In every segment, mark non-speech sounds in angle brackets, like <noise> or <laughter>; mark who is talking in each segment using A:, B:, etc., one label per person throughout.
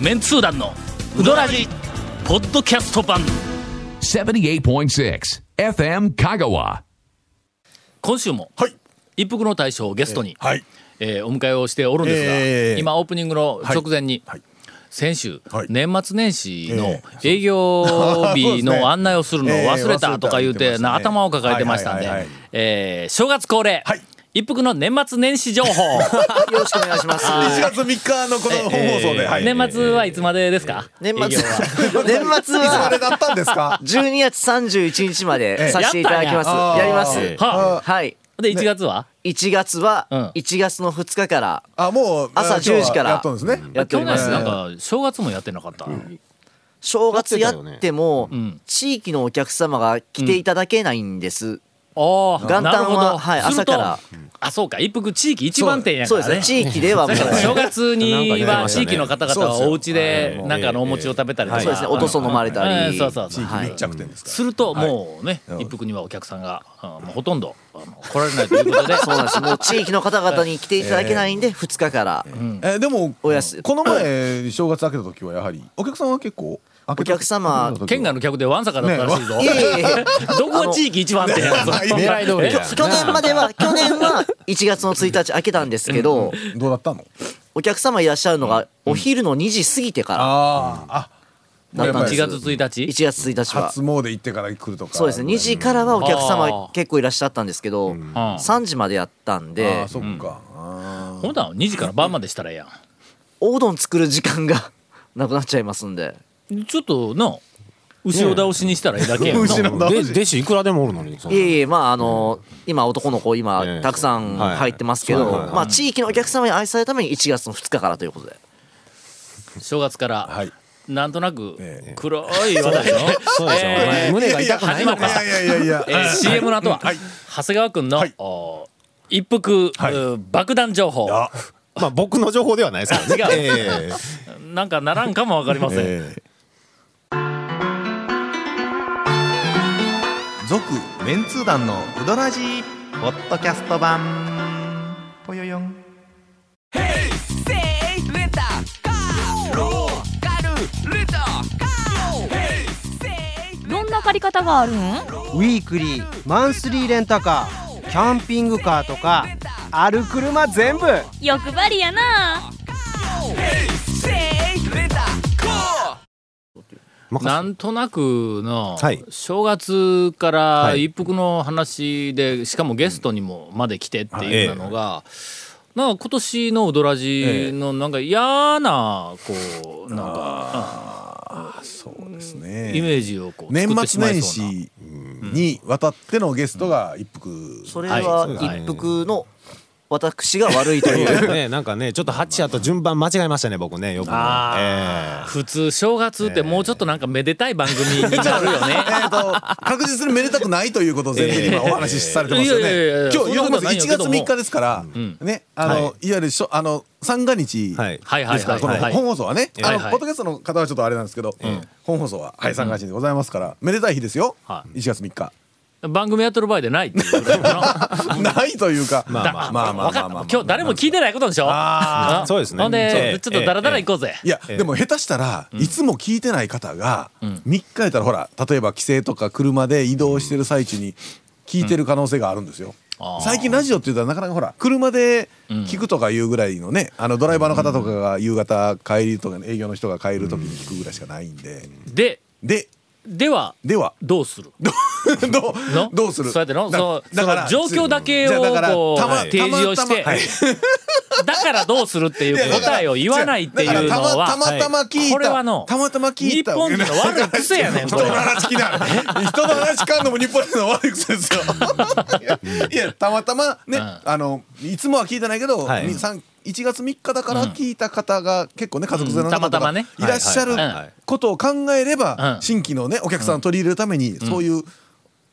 A: メンツー団のウドラジポッドキャスト版
B: 78.6 FM Kagawa.
A: 今週も
C: はい。
A: 一服の大将をゲストに、
C: はい。
A: えーお迎えをしておるんですが、
C: えー
A: 今オープニングの直前に、
C: はいはい
A: 先週、
C: はい
A: 年末年始の
C: え
A: 営業
C: <laughs> そうで
A: 日
C: すね
A: の案内をするのを忘れ
C: えー忘れ
A: た
C: た
A: とか言うて,、
C: 言ってましたね
A: な頭を抱えてましたんで、
C: はいはいはいはい
A: えー正月恒例、
C: はい
A: 一服の年末年始情
C: <laughs>
A: 報よろしくお願いします
C: 1月3日のこの本放送で、はい。
A: 年末はいつまでですか、
D: 年
A: 営業
D: 末
A: は
D: 年末
C: いつまで
D: は
C: だったんですか
D: 12月31日までさせていただきます。
C: ええ
D: やります。
C: や
A: ったんやあ
D: はい。
A: で1月は、
D: 1月は
A: うん
D: 1月の2日から
C: あ、もう、
D: <laughs>
C: あ
D: 朝
C: 今日は
D: 10時から
C: やったんですね。
D: やってお
A: 去
D: り
A: 年
D: ます。
A: なんか正月もやってなかった、
D: 正月やっても
A: ん
D: 地域のお客様が来ていただけないんです。
A: ああ
D: 元旦は
A: なるほど
D: はい
A: すると
D: 朝から
A: あそうか一服地域一番店やか
D: そう
A: ら
D: ですね。
A: ね
D: 地域ではも <laughs> う
A: だから正月に
E: なんか言って
A: は
E: ました
A: 地
E: ね
A: 域の方々はお家でなんかのお餅を食べたりとか、
D: そうですね。おとそ飲まれた
A: うん
D: り。
A: そうそうそう
D: はい
C: 密。着点ですか
A: するともうね、一服にはお客さんが、うんもうほとんどあの来られないということで
D: <laughs> そうなんです。もう地域の方々に来ていただけないんで2日から。
C: ら。え、でも、
D: おやす
C: この前、正月明けた時は、やはり、お客さんは結構、お
D: お客様
A: 県外
C: の
A: の客でわんさかだったらしいぞ、
D: いえいえいえ。
A: <laughs> どこが地域一番店やぞ
E: 狙い通りや
D: 去年まで <laughs> は去年は1月の1日開けたんですけど。
C: どうだったの
D: お客様いらっしゃるのがお昼の2時過ぎてか
C: ああ、あ、
D: だったんで
A: 1
D: す
A: 月1
D: ら
A: 日
D: 1月1日は
C: 初詣行ってから来るとか。
D: そうですね2時からはお客
A: あー
D: 様結構いらっしゃったんですけど3時までやったん
C: あ
D: で
C: あ、そっか。あ
A: ほんなら2時から晩までしたらええやん
D: おうどん作る時間が <laughs> なくなっちゃいますんで
A: ちょっとな後ろ倒しにしたらええだけやん
C: ー
A: な
C: 後ろの
E: で弟子いくらでもおるのにそん
D: い
E: な
D: えいえまああの今男の子
E: え
D: 今
E: え
D: たくさん
E: はい
D: 入ってますけど
E: はいはい
D: まあ地域のお客様に愛されるために1月の2日からということで
A: 正月から、
C: はい
A: なんとなく
C: ええ
A: 黒い話題の、
E: そうでしょ、
A: えー
E: お前胸が痛くない
A: 始ま
E: の
A: っ
C: いや
A: た
C: いやいやいや
A: え。ー CM の後は、長谷川君の、
C: はい
A: お一服、
C: はいう
A: ー爆弾情報
C: あ、
E: まあ僕の情報ではないですけどね
A: 違う
E: え
A: なんかならんかもわかりません、
F: 続メンツー団のウドラジーポッドキャスト版ぽよよん
G: どんな借り方があるん
H: ウィークリーマンスリーレンタカーキャンピングカーとかある車全部
G: 欲張りやな
E: ー
A: なんとなくの、
E: はい
A: 正月か
E: は
A: ら
E: い
A: 一服の話でしかもゲストにもまで来てっていうようなのが、なんか今年の「ウドラジ」のなんか嫌なこうなんか
C: そうです
A: うん
C: ね。
A: イメージをこう
C: 年
A: 作ってし
C: 末
A: まい
C: 年
A: そうな
C: 始にわたってのゲストが一服
D: それ
A: は
D: は
E: はい
D: 一服の私が悪いと
E: え
D: いう
E: そうねなんかねちょっと8やと順番間違えましたね僕ねよくねえ
A: 普通正月ってもうちょっとなんかめでたい番組にな
C: <laughs>
A: るよね。
C: えー、と確実にめでたくないということを前提に今お話しされてますよ
A: いやいやいやい
C: ね
A: や。
C: 今
A: そ
C: 日
A: んなことはないんや
C: 1
A: けど
C: 月
A: も
C: 3日ですから、ねあの、い、わゆるしょあの三が日ですか
E: は
C: ら
E: い、
A: はいはいはいはいはい
C: この本放送はね、
A: はい
C: あ
A: は
C: の
A: い
C: ポッドキャストの方はちょっとあれなんですけど、本放送ははい三が日でございますから、めでたい日ですよ、
A: は
C: 1月3日。 <laughs>
A: 番組やってる場合でないっていうことな
C: ないというか
E: まあまあ
C: まあまあ
A: わ
C: ま
A: か
C: あ
A: っ
C: まあ
A: た今日誰も聞いてないことでしょ
C: あ
E: ー
A: ん
E: そうですね
A: ほん
E: え
A: で
E: え
A: ちょっとダラダラ行こうぜ
C: いや、でも下手したら、いつも聞いてない方が、3日やったらほら例えば帰省とか車で移動してる最中に聞いてる可能性があるんですよ。
A: あー
C: 最近ラジオって言ったらなかなかほら車で聞くとかいうぐらいのね、あのドライバーの方とかが夕方帰りとか営業の人が帰る時に聞くぐらいしかないんで、
A: で
C: で
A: では
C: では
A: どうする
C: ど
A: の
C: うどうする
A: そうやっての
C: だ
A: そう
C: だから
A: その状況だけを
C: じゃあだから
A: こう
C: たま
A: 提示をして
C: たまたまはい
A: だからどうするっていう答えを言わないっていうの
C: だから
A: は
C: たまたまたま聞いた
A: これはの
C: たまたま聞いた
A: 日本人の悪い癖やねんこ
C: 人
A: れ
C: の話聞いた人の話聞かんのも日本人の悪い癖ですよいやいやたまたまね、
A: ん
C: あのいつもは聞いてないけど、
E: はい
C: にさん1月3日だから聞いた方が結構ね家族連れの
A: うんたま
C: 方
A: た
C: と
A: ま
C: か
A: ね
C: いらっしゃる
A: はいはいはい
C: ことを考えれ
A: うん
C: ば新規のねお客さんを取り入れるためにそういう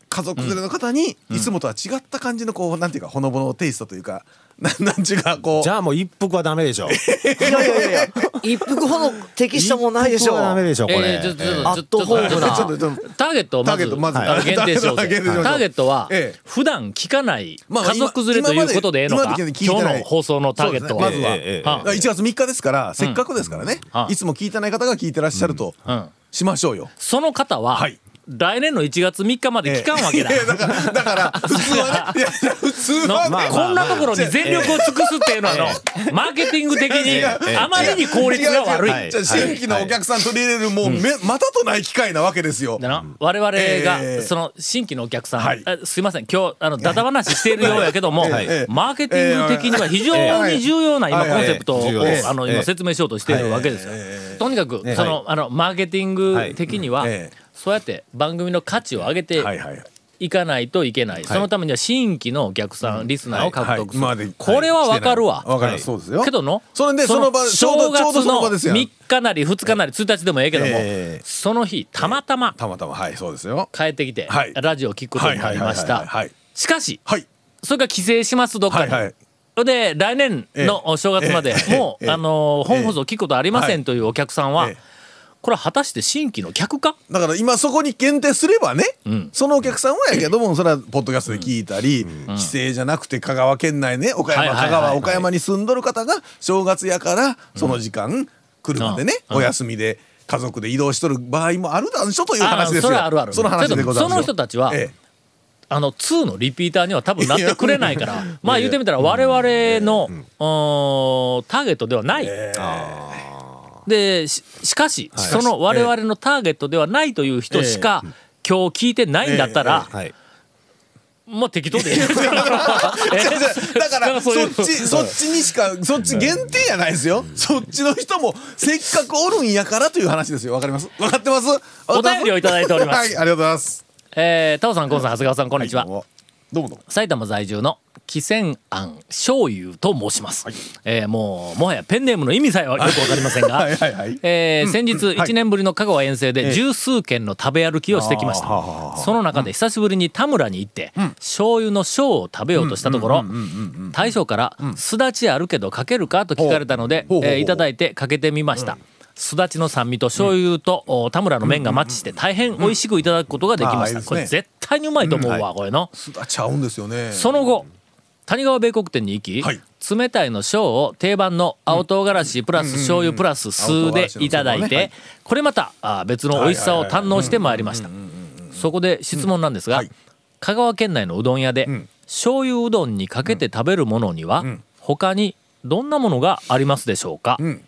C: 家族連れの方に、いつもとは違った感じのこうなんていうかほのぼのテイストというかななんちゅうかこう
E: じゃあもう一服はダメでしょ
D: いやいやいやいや一服ほど適したもんないでし
E: 一
D: ょ
E: 服はダメでしょこれ、
A: えーちょっとちょ
D: ア
A: っ
D: ッ
A: と
D: トホームな
A: ちょっとちょっと
C: <laughs> ちょっと
A: ターゲットをまず
C: ターゲットまず
A: あの限定しようぜ
C: ターゲットしましょう
A: ターゲットは
C: ええ
A: 普段聞かない
C: まあまあ
A: 家族連れということでええのか
C: 今今まで聞い
A: 今
C: て
A: 日
C: ない
A: の放送のターゲットは
C: そうですねまずは
E: ええええ
A: は
C: だから1月3日ですからせっかくですからね、
A: うん
C: いつも聞いてない方が聞いてらっしゃると
A: うん
C: しましょうよ。
A: その方は、
C: はい
A: 来年の1月3日まで期間わけだ。
C: いやだからだから普通はねいや普通
A: <laughs> の
C: はね、
A: こんなところに全力を尽くすっていうのはあの、マーケティング的
C: 違
A: に
C: う違う
A: あまりに効率が悪い。
C: 違う違うじゃあ新規のお客さん取り入れるもうめ、またとない機会なわけですよ。
A: だな我々
C: え
A: が
C: え
A: その新規のお客さん、
C: はい
A: あすいません今日あのダダ話しているようやけども、
E: はい
C: ええ
A: マーケティング的には非常に重要な今
C: はい
A: コンセプトを、
E: はい重要です
A: あの
E: え
A: 今
E: え
A: 説明しようとしているわけですよ。とにかく、そのあのマーケティング的には、
C: はいええ
A: そうやって番組の価値を上げて
C: はいはいはい
A: いかないといけない、そのためには新規のお客さん、リスナーを獲得する、
C: はいはい今まで
A: これはわかるわ、
C: わかりますそうですよ
A: けどの
C: それでその場ちょう
A: 正
C: どちょうど
A: 月
C: その
A: の
C: 場ですよ
A: 3日なり2日なり1日でもええけども、
C: ええ
A: その日たまたま
C: たまたまはいそうですよ。
A: 帰ってきて、
C: はい
A: ラジオを聞くことになりまし
C: はいはいはいはいは
A: た
C: い
A: しかし
C: はい
A: それが帰省しますどっかに、
C: はいはい
A: それで来年のお正月まで
C: ええ
A: もう、
C: ええ
A: あのー本放送聞くことありませ
C: は
A: ん
C: い
A: というお客さんは、
C: ええ
A: これは果たして新規の客か
C: だから今そこに限定すればね、
A: ん
C: そのお客さんはやけどもそれはポッドキャストで聞いたり、帰省じゃなくて香川県内ね岡山、
A: はいはいはい
C: 香川岡山に住んどる方が正月やからその時間車でね、お休みで家族で移動しとる場合もあるだんしょという
A: ああ
C: 話ですよ
A: それはあるある
C: その話でございま
A: けど
C: すよ
A: その人たちは
C: え
A: あの2のリピーターには多分なってくれないからまあ言ってみたら我々の、おーターゲットではない。でししかし、その我々のターゲットではないという人しか、今日聞いてないんだったら、
E: はい
A: まあ適当でいいえ <laughs>
C: えだか
A: なん
C: ら
A: <laughs>
C: そ
A: そういう
C: っちそっちにしかそっち限定やないですよ、そっちの人もせっかくおるんやからという話ですよわかりますわかってます
A: お便りをいただいております
C: はいありがとうございます
A: えー、タオさん、コンさん、長谷川さん、こんにちは。
C: どうもどうも
A: 埼玉在住の紀仙庵醤油と申します、えーもうもはやペンネームの意味さえはよくわかりませんが
C: <laughs> はいはいはい
A: えー先日
C: はい
A: 1年ぶりの香川遠征で十数軒の食べ歩きをしてきました、その中で久しぶりに田村に行って、醤油の醤を食べようとしたところ、大将から「すだちあるけどかけるか?」と聞かれたので、
C: ほうほうほう
A: えーいただいてかけてみました、すだちの酸味と醤油とお田村の麺がマッチして大変美味しくいただくことができました、
C: あーいいですね
A: これ絶対にうまいと思うわ、これの
C: すだちゃうんですよね
A: その後谷川米国店に行き、
C: はい
A: 冷たいの小を定番の青唐辛子プラス醤油プラス酢でいただい
C: 青唐辛子の
A: て、
C: ねはい
A: これまたあ別の美味しさを堪能してまいりましたそこで質問なんですが、
C: はい
A: 香川県内のうどん屋で、醤油うどんにかけて食べるものには、他にどんなものがありますでしょうか、
C: ん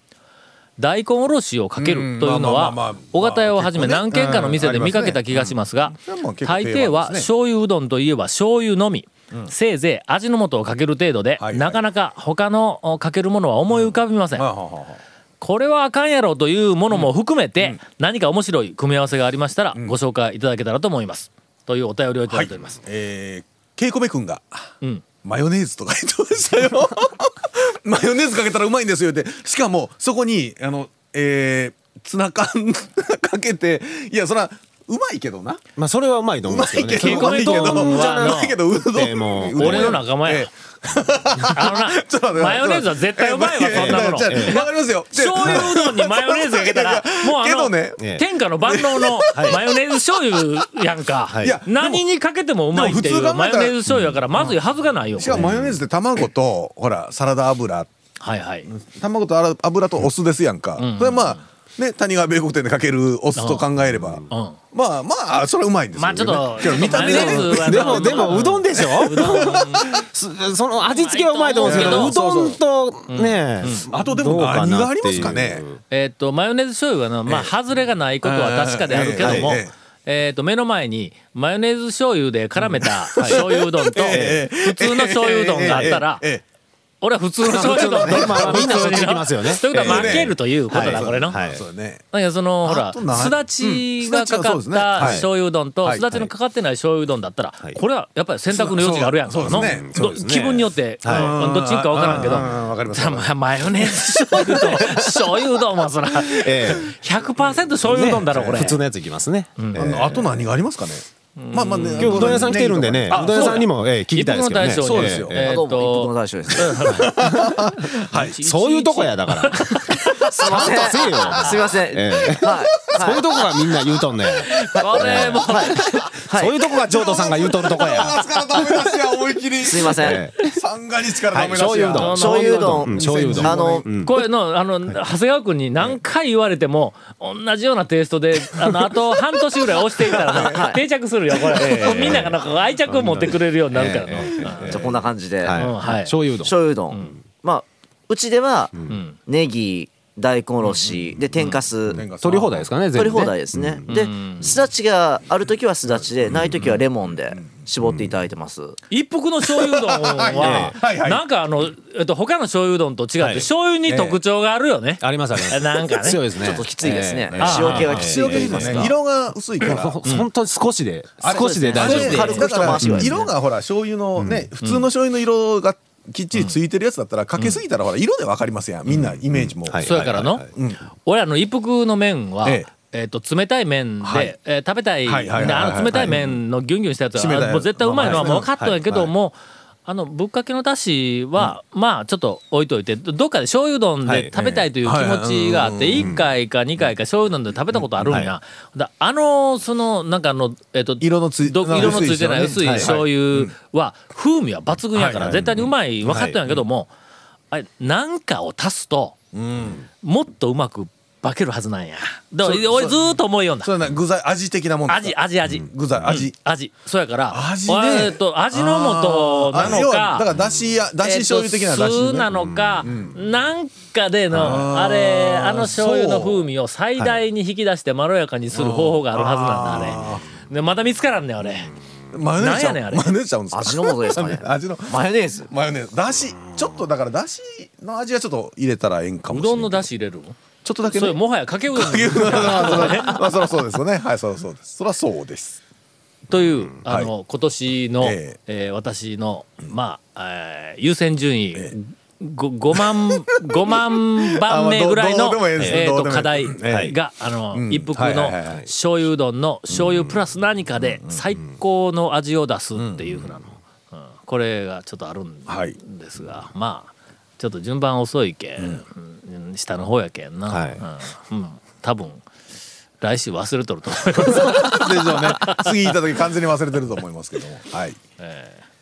A: 大根おろしをかけ
C: う
A: る
C: ん
A: というの
C: まあまあまあ
A: は
C: まあ
A: 小形屋をはじめ
C: 結
A: 何
C: 構ね
A: 軒かの店
C: うんあ
A: で
C: りま
A: 見
C: すね
A: かけた気がしますが
C: それはもう結構
A: 大
C: 定番ですね
A: 抵は醤油うどんといえば醤油のみ、せいぜい味の素をかける程度で、
C: はいはい
A: なかなか他のおかけるものは思い浮かびません、
C: はあはあはあ
A: これはあかんやろというものも含めて、何か面白い組み合わせがありましたら、ご紹介いただけたらと思いますというお便りをいただいております、
C: えー、ケイコメ君が、
A: ん
C: マヨネーズとか言ってましたよ <laughs> マヨネーズかけたらうまいんですよってしかもそこにあのえー、ツナ缶かけていやそらうまいけどな
E: まあそれはうまいと
C: う
E: 思うん
C: ま
E: です
C: い
E: よね
A: ケイ
C: けど
A: コメ
C: う
A: 丼はな
C: まいけどうどん
E: ええもう
C: うどん
A: 俺の仲間や
C: ええ
A: あ
C: <laughs> ちょっと
A: の
C: 待
A: なマ
C: って
A: ヨネーズは絶対うまいわ
C: <laughs> ええ
A: そんなもの
C: ええええわかりますよ
A: 醤油うどんにマヨネーズかけ
C: <laughs>
A: たらもうあ
C: け
A: の、
C: どね
E: ええ
A: 天下の万能のマヨネーズ醤油やんか、
E: い
C: いや
A: 何にかけてもうまいってい
C: でも
A: う
C: 普通考え
A: マ
C: た
A: ヨ
C: ら
A: ネーズ醤油やからまずいはずがないよ、
C: しかもマヨネーズって卵とほらサラダ油
A: はいはい
C: 卵とあら油とお酢ですやんか、それはまあね谷川米国店でかけるお酢と考えれば、
A: うん
C: まあまあそれはうまいんですよ、
A: まあちょっと
C: けど見た目
A: ちょ
C: が
A: っとマヨネーズは
E: でもでもうどんでしょ
A: うどん
E: すその味付けはうまいと思うんですけど
A: う
E: うどんとね
C: あとでも何がありますかね
A: えっとマヨネーズ醤油はな、まあ、外れがないことは確かであるけども、
C: え
A: え
C: ええ
A: っ
C: え
A: と目の前にマヨネーズ醤油で絡めた醤油うどんと普通の醤油うどんがあったら
C: ええええ
A: 俺は普通の醤油うどんと
E: まあまあみんなそっち行きますよね
A: ということは負けるということだこれの。
E: はい
C: そうだね
A: なんかそのほら
C: あとな
A: すだちがかか
C: う
A: っ
C: んすだちはそうですねは
A: た
C: い
A: 醤油うどんと
C: はい
A: すだちのかかってない醤油うどんだったら
E: い
A: これはやっぱり選択の余地があるやんか
C: そ
A: の
C: うですね
E: そうですね
A: 気分によってうんどっちか分からんけど
C: うんうんうんわかります
A: たまマヨネーズ <laughs> 醤油と醤油うどんはそら
E: ええ
A: 100%醤油うどんだろこれ
E: 普通のやついきますねええ
C: あのあと何がありますかねまあまあね、
E: 今日うどん屋さん来てるんでね、う
A: あ
E: どん屋さんにも、ええ聞きたいですけどね。
A: 一服の大将に
C: そうですよ
E: えええ
A: え
D: あ
A: ー
D: ど
A: っ
D: うも、一服
A: と
D: の大将です。
E: えそういうとこやだ
A: <laughs>
E: から。
D: すみません。
E: せえよ
D: <laughs> すみません。
E: え
D: はい。
E: <laughs> そういうとこがみんな言うとんねん。
A: これも
D: はい。
E: そう
D: はいい。
E: うとこが譲渡さんが言うとるとこや。
C: 夏からダメ出しや思い切り
D: すみません
E: え。
C: 三が日から
E: は
C: ダ
E: い、
C: メ出しや、
E: 醤油うどん。
D: 醤油うど
E: うん
D: ん。
E: 醤油うどん
D: あの、
A: これのあの、長谷川君に何回言われても同じようなテイストであのあと半年ぐらい押していったらな、
D: はい
A: 定着するよこれ、
E: ええ
A: みんながなんか愛着を持ってくれるようになるからな、
E: ええええ
D: じゃあこんな感じで。
E: は
A: う
E: い
A: んはい
E: 醤油うどん。
D: 醤油うどん。まあ、うちでは、
A: ん
D: ネギ、大根おろし、で、天かす。
E: 取り放題ですかね、全
D: 取
E: 部ね
D: り放題ですね。で、すだちがあるときはすだちで、ないときはレモンで絞っていただいてます。
A: 一服の醤油うどんは
C: えはいはい
A: なんかあの、えっと、他の醤油うどんと違って、醤油に特徴があるよね、
E: ありますあります。
A: なんかね
E: 強いですね。
D: ちょっときついですね。
E: ええ
A: あ
D: 塩気がきつい
C: 塩
D: と
C: 気
D: 言
C: で
D: います
C: す
D: か
C: ね。色が薄いか
E: え
A: <laughs>
E: え
C: ら
E: ほ本当に少しで、少しで大丈
D: そうですね
E: 夫。
D: 軽く
C: だから
D: 一回り
C: 色がほら醤油のね、普通の醤油の色がきっちりついてるやつだったらかけすぎたらほら色でわかりますやんみんなイメージも、
E: んはい
A: そやからの、
E: はい
C: うん
A: 俺あの一服の麺は、え
C: え
A: っと冷たい麺で、
C: はい
A: えー食べたい,、
C: はいはいはいはい
A: あの冷たい麺のギュンギュンしたやつ
C: 締め
A: は
C: たやつ
A: もう絶対うまいのは
C: まあ
A: もう分かったんやけども、あのぶっかけのだしは、まあちょっと置いといてどっかで醤油うどん
E: は
A: で
E: い
A: 食べたいという気持ちがあって、一1回か2回か醤油うどんで食べたことあるんや、だあのそのなんかあの、えっと
C: 色のつい
A: ど
C: なんか
A: 色のついてない薄
C: 薄
A: い
C: いですよね
A: 醤油は風味は抜群やか
C: はい
A: ら
C: はい
A: 絶対にうまい分かったんやけどもあれなんかを足すともっとうまく化けるはずなんやだから俺ずーっと思いよんだ
C: それな具材味的なもんですか
A: 味味味
C: 具材味、
A: 味そうやから
C: 味ね
A: えーっと味の素な
C: あーあ要
A: の
C: はだから
A: か
C: だしやだし醤油的なだし、
A: えーっと酢なのか、なんかでの
C: あー
A: あれあの醤油の
C: そう
A: 風味を最大に引き出してまろやかにする方法があるはずなんだあれでまだ見つからんねん俺。
C: マヨネーズちゃう
A: なんやねんあれ
C: マヨネーズちゃうんですか
D: 味の素ですかね
C: <laughs> 味の
D: マヨネーズ。
C: マヨネーズだしちょっとだからだしの味はちょっと入れたらええんかも
A: う
C: しれない
A: どんの出汁入れるの
C: ちょっとだけ
A: そ
C: ね
A: れもはやかけうどん
C: <laughs> まあそりゃそうですよねはいそりゃそうですそりゃそうです
A: というあの今年の
C: え
A: えー私のまあえー優先順位ご5万5 <laughs> 万番目ぐらい
C: あまあど
A: の
C: どうでもええです
A: えー
C: ど
A: と
C: うでもええ
A: 課題
C: ええ
A: があの
C: ん
A: 一服
C: はいは
A: の
C: いはいはい
A: 醤油うどんの醤油プラス何かで最高の味を出すっていうふうなのうんこれがちょっとあるん
C: はい
A: ですがまあちょっと順番遅いけんうん下の方やけんな
E: はい
A: うんうん多分来週忘れとると思います <laughs>
C: でしょうね次行った時完全に忘れてると思いますけどもはい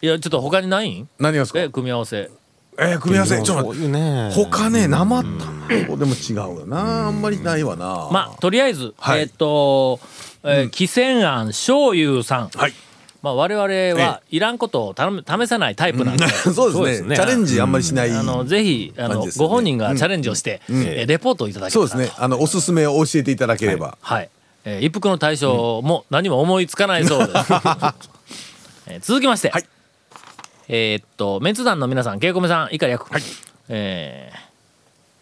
A: いやちょっと他にないん
C: 何をですか
A: え組み合わせ
C: えー組み合わせちょっと
E: そう
C: 待っ
E: いうね。
C: て他ね生卵でも違うよなあんまりないわな
A: まあとりあえず、
C: はい
A: えっ、とえー喜泉庵醤油さん、
C: はい <laughs>
A: まあ、我々は
C: え
A: いらんことを頼む試さないタイプなんで、
C: <laughs> そうですねチャレンジあんまりしない
A: あのぜひあ
C: 感
A: の、
C: じですね
A: ご本人がチャレンジをして、えーレポートをいただけた
C: そう
A: ら
C: ですねあのおすすめを教えていただければ
A: はい、えー一服の大将も何も思いつかないそうです、 <laughs> えー続きまして、
C: はい
A: えーっとメンツ団の皆さんケイコメさん以下略、えー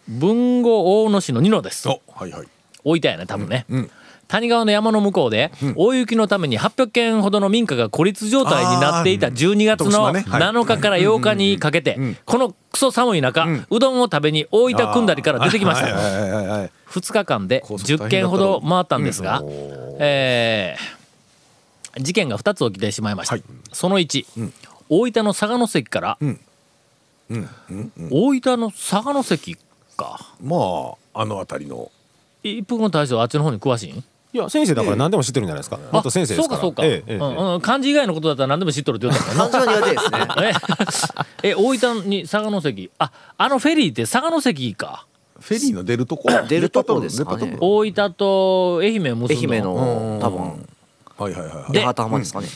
A: 文豪大野市の二野です
C: そうはいはい
A: 置いたよね多分ね、谷川の山の向こうで、大雪のために800軒ほどの民家が孤立状態になっていた12月
C: 徳
A: の
C: 島ねはい
A: 7日から8日にかけて、このクソ寒い中、うどんを食べに大分組んだりから出てきました、
C: はいはいはいはい
A: 2日間で
C: 高速
A: 10
C: 大変
A: 件
C: だっ
A: ほ
C: たろ
A: ど
C: う
A: 回ったんですが、えー事件が2つ起きてしまいました、
C: はい
A: その1、大分の佐賀関から、大分の佐賀関か
C: まああの辺りの
A: 一服の大将あっちの方に詳しいん
E: いや、先生だから何でも知ってるんじゃないですか。
A: あ、
E: 元先生ですから。
A: そうかそうか、
E: ええええ
A: うんうん、漢字以外のことだったら何でも知っとるって言うたから
D: 感じは苦手
E: <laughs>
D: ですね。
A: な <laughs> ええ大分に佐賀関ああのフェリーって佐賀関か
C: フェリーの出るとこ
D: 出るとこですかね
C: 出るとこ
A: 大分と愛媛を結
D: 愛
A: ぶの
D: 媛の、多分、
C: はいはいはいはい
A: で
D: 八幡浜ですかね。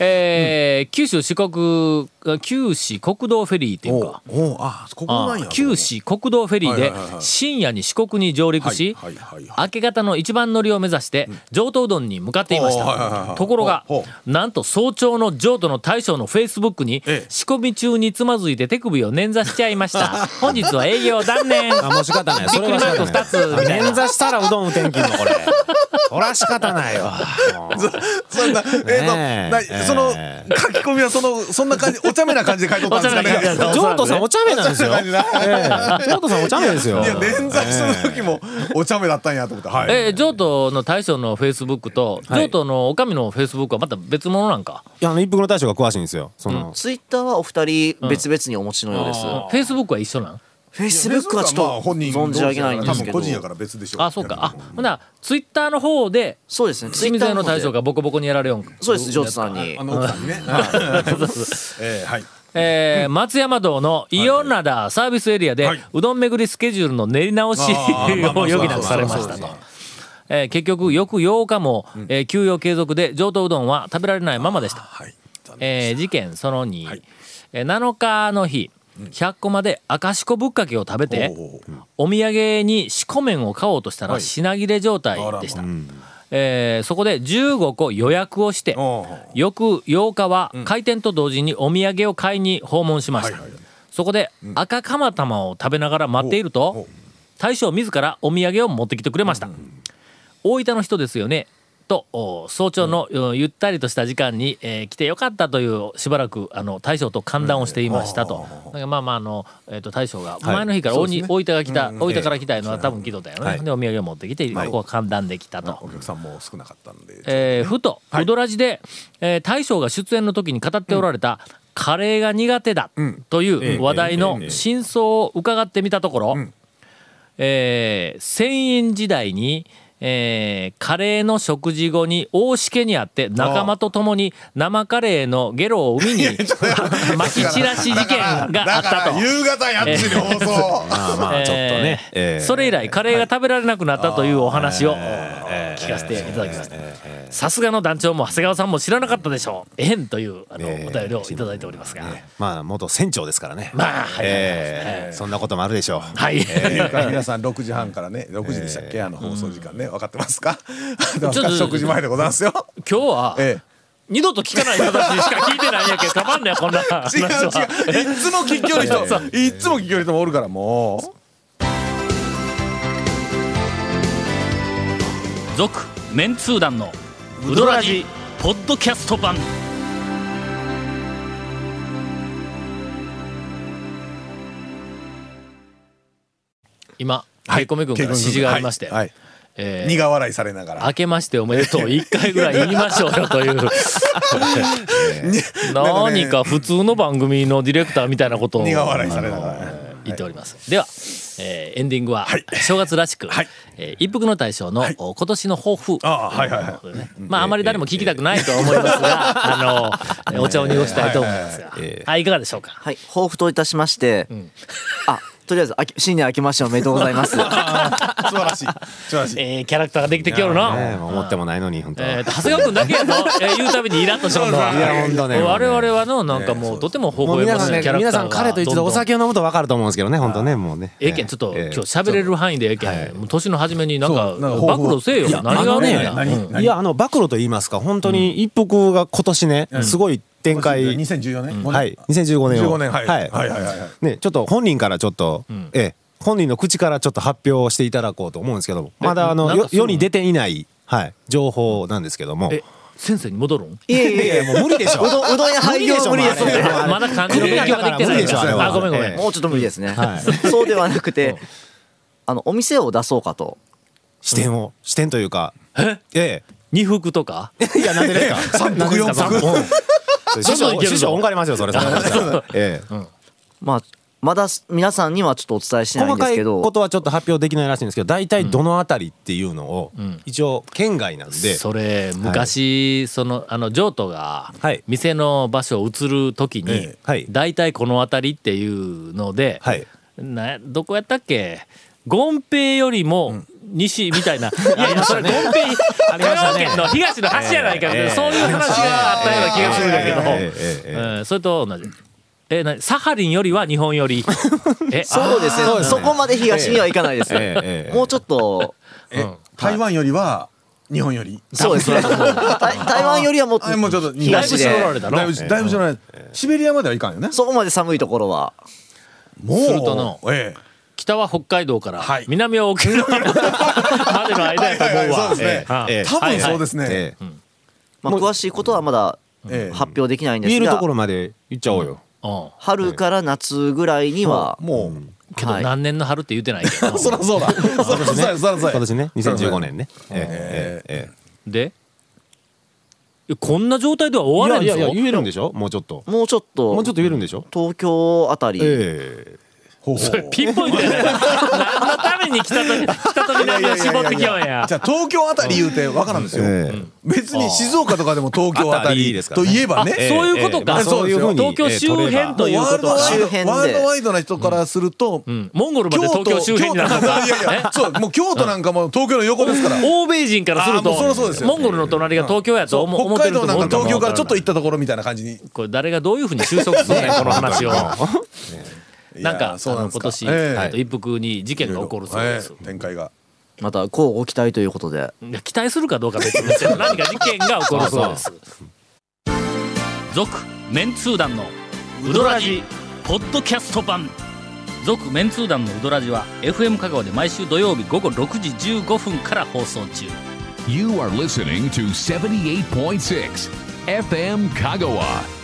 A: えー九州四国あ九市国道フェリーっていうか
C: おうおうあここなんや
A: あ九市国道フェリーで
C: はいはいはいはい
A: 深夜に四国に上陸し、
C: はいはいはいはい
A: 明け方の一番乗りを目指して上都うどんに向かっていまし
C: おーはいはいはいは
A: た
C: い
A: ところが
C: ほうほ
A: なんと早朝の上都の大将のフェイスブックに
C: ええ
A: 仕込み中につまずいて手首を捻挫しちゃいました
C: <laughs>
A: 本日は営業断念
E: あ、もう仕方ない。
A: びっ
E: そ
A: くり
E: れ
A: マ
E: は仕
A: ーク <laughs>
E: 方
A: 2
E: ない。
A: つみたいな
E: 捻挫したらうどん打てんきんの、これ。そら仕方ないよ。もう
C: そんな、えーと
E: ねえ
C: な
E: えー
C: その書き込みはそのそんな感じ落茶目な感じで書いとったんですかね
A: お茶目な感じだった
E: ジョートさんお茶目なんですよ。ええジョートさんお茶目ですよ。
C: いや連載する時もお茶目だったんやと思ってはい、
A: えー、譲渡の大将のフェイスブックと、譲渡のおかみのフェイスブックはまた別物なんか。
E: いやあの一服の大将が詳しいんですよ。その
D: ツイッターはお二人別々にお持ちのようです。
A: フェイスブックは一緒なん
D: フェイスブックはちょっと存じ上げないんです
C: 多
D: け
C: 分
D: ど
C: 個。人やから別でしょ
A: あ、そうか。あ、ほな、ツイッターの方で、
D: そうですね。ツ
A: 清
D: イッ
A: 水
D: ター
A: 屋の大将
D: 方
A: がボコボコにやられよん。
D: で。そうです。ジョートさんに
C: あ。の奥さんにねえーはい
A: えー松山道のイオンナダサービスエリアで、
C: はいう
A: どん巡りスケジュールの練り直し <laughs> を
C: あーまあまあ
A: 余儀なくされました
C: そうそう
A: と
C: そう。
A: えー結局、翌8日も、えー休養継続で上等うどんは食べられないままでした。
C: はい
A: えー事件その2、
C: はい
A: えー7日の日100個まで赤しこぶっかけを食べて、お土産にしこ麺を買おうとしたら
C: はい
A: 品切れ状態でした、えーそこで15個予約をして
C: おうおう
A: 翌8日は開店と同時にお土産を買いに訪問しました、
C: はいはい
A: そこで赤釜玉を食べながら待っていると大将自らお土産を持ってきてくれました、大分の人ですよねとお早朝のうんゆったりとした時間に、えー来てよかったというしばらくあの大将と歓談をしていましたと、だからまあまああの、えー、と大将が前の日から大に大分が来た、大分から来たのは多分木戸だよね、でお土産を持ってきてここは歓談できたと、
C: お客さんも少なかったんで、
A: えーふと、ウドラジで、えー大将が出演の時に語っておられた、カレーが苦手だという話題の真相を伺ってみたところ、えー千円時代に、えーカレーの食事後に大しけにあって仲間と共に生カレーのゲロを海に <laughs> 撒き散らし事件があったと。
C: 夕方やっちに放送、
E: あまあちょっとね。
A: えー
E: ええ
A: それ以来カレーが食べられなくなったというお話を聞かせていただきましたさすがの団長も長谷川さんも知らなかったでしょうえへんというあのお
E: ねえ
A: 便りをいただいておりますが
E: まあ元船長ですからね。
A: まあはい
E: ええそんなこともあるでしょう。
A: はい
C: 皆さん6時半からね6時でしたっけ、あの放送時間ね分かってますかでは
A: ちょっと
C: <laughs> 食事前でございますよ、
A: <laughs> 今日は
C: え
A: 二度と聞かない人たちしか聞いてないんやけどたまんねこんな
C: え、違
A: 話
C: う違う
A: はい
C: っつも聞きよる人いっつも聞きよる人もおるからもう。
A: 続メンツー団のウドラジポッドキャスト版今ケイコメ君から指示がありまして、
C: はいはい
A: えー
C: 苦笑いされながら
A: 明けましておめでとう一回ぐらい言いましょうよという
C: <laughs>
A: <laughs> 何か普通の番組のディレクターみたいなことを
C: 苦笑いされながらね
A: 言っております、では、えーエンディングは正月らしく、
C: はい
A: えー一服の大将の、お今年の抱負
C: ああはいはいはい
A: ねまああまり誰も聞きたくないとは思いますが、 <laughs> あのお茶を濁したいと思いますが、はいいかがでしょうか。
D: はい。抱負といたしまして。あ、とりあえずあき新年明けましておめでとうございます。
C: 素晴らしい素晴らしい
A: えーキャラクターができてきよる
E: ええ
A: な。
E: もう思ってもないのに本当。
A: えーと長谷川君だけやぞ、えー言うたびにイラッとしょんのは。
E: いや本当ね。
A: 我々はのなんかもうとても微
E: もう
A: 笑
E: 皆
A: ま
E: さ
A: し
E: ん
A: い
E: ね
A: キャラクターが
E: 皆さん彼と一度お酒を飲むと分かると思うんですけどね本当ねもうね。
A: ええけんちょっと今日
E: え
A: 喋れる範囲でええけんもう年の初めになんか
C: そうなんか抱
A: 暴
C: 負
A: 露せえよ何があるんや
C: あのね何
E: えいやあの暴露と言いますか本当に一服が今年ねすごい展開。
C: 2014年、五年
E: はい2015年を
C: 15年はい
E: はい
C: はいはいはいはい
E: ね、ちょっと本人からちょっと、ええ、本人の口からちょっと発表していただこうと思うんですけどもまだあ
A: な
E: の
A: んか
E: よ
A: そう
E: 世に出ていない、はい、情報なんですけども
A: え先生に戻るん
D: いえいえいえ。
E: もう無理でしょ
D: うどんうどん屋廃業無理です。
A: まだ漢字の勉強ができてない
E: 無理でしょあれは
A: あごめんごめん
E: え
D: もうちょっと無理ですね。
E: はい
D: そうではなくて、あのお店を出そうかと。
E: 視点を視点というかええ
A: 二服とか
E: いやなんでですか三
C: 服四服
E: 師
A: どんどんいける
E: 匠
A: ぞ
E: 師匠恩返りますよそれええ
D: まあまだ皆さんにはちょっとお伝えしてない
E: 細
D: んで
E: か
D: す
E: い
D: けど。
E: ことはちょっと発表できないらしいんですけど大体どのあたりっていうのを一応県外なんで
A: それ昔、そのあの譲渡が
E: はい
A: 店の場所を移る時に、
E: ええはい
A: 大体この辺りっていうので、
E: はい
A: などこやったっけ権平よりも西み
E: <laughs>
A: たいな、いやいやそれ権平香川県の東の端やないかみたいな、そういう話があったような気がするんだけど、
E: ええええええ
A: うんそれと同じ。えなサハリンよりは日本より
E: <laughs>
A: え
D: そうですね。そこまで東にはいかないです
E: えええええ
D: ね。
E: え
D: もうちょっと。
C: 台湾よよりは日本より
D: そうですね。台台湾よりはもっと
C: あもうちょっと日本
A: だいぶ
D: 東
A: 絞られ
D: で。
A: たの
C: だいぶだいぶじゃない、シベリアまではいかんよね
D: そこまで寒いところは。
C: もう
A: するとの
C: ええ
A: 北は北海道から
C: はい
A: 南は沖
E: <laughs>
A: 縄までの間やと思う
C: はいはいはいそ
A: わ
C: うですね
A: はい
E: ええ
C: 多分そうですね、
E: ええ
D: まあ詳しいことはまだ
C: ええ
D: 発表できないんです
E: 言え
D: が。
E: るところまで言っちゃおうよ
A: うん
D: 春から夏ぐらいには、
C: もう、
A: けど
D: はい
A: 何年の春って言ってない
C: <laughs>
A: けど
C: そらそうだ。そらそうや、そらそうや。
E: 今年ね2015
C: 年。
E: 年ねえええええ
A: でいやこんな状態では終わら
E: え
A: ん
E: い
A: ぞ
E: やいや言えるんでしょもうちょっと
D: もうちょっと
E: もうちょっと言えるんでしょ
D: 東京あたり、
E: え
C: ほうほう
A: それピンポイントやない何のために北と北と南を絞ってきようや
C: じゃあ東京あたり言うてわからんです
E: え
C: よ、
E: ええ
C: 別に静岡とかでも東京あたり
E: ですから
C: と
E: ね
C: いえばね
A: あそういうことか
E: まあそういうふうに
A: 東京周辺と
C: もう
A: いう
C: ワー
A: こ
C: ル
A: と
C: ド
A: は
C: ワイ
D: 周
C: ド
D: 辺で
C: ワールドワイドな人からすると、
A: うんモンゴルまで東京周辺になるのか
C: 京都いやいやそうもう京都なんかも東京の横ですから、
A: 欧米人からする
C: あーもうそらそうです
A: と
C: よ
A: モンゴルの隣が東京やと
C: そう
A: 思思って
C: 北海
A: る人
C: 道
A: もお
C: な
A: る
C: んか
A: かも
C: 東京からちょっと
A: わ
C: 行ったところみたいな感じに
A: らんこれ誰がどういうふうに収束するねんこの話を
C: いや
A: なんか
C: そうなん
A: あの
C: です
A: 今年、
C: かええ
A: えっと一服に事件が起こるそうです
C: ええ、展開が
D: またこうご期待ということで
A: いや期待するかどうか別にしても何か事件が起こるそうです続メンツー団のウドラジポッドキャスト版続メンツー団のウドラジは FM 香川で毎週土曜日午後6時15分から放送中
B: You are listening to 78.6 FM Kagawa.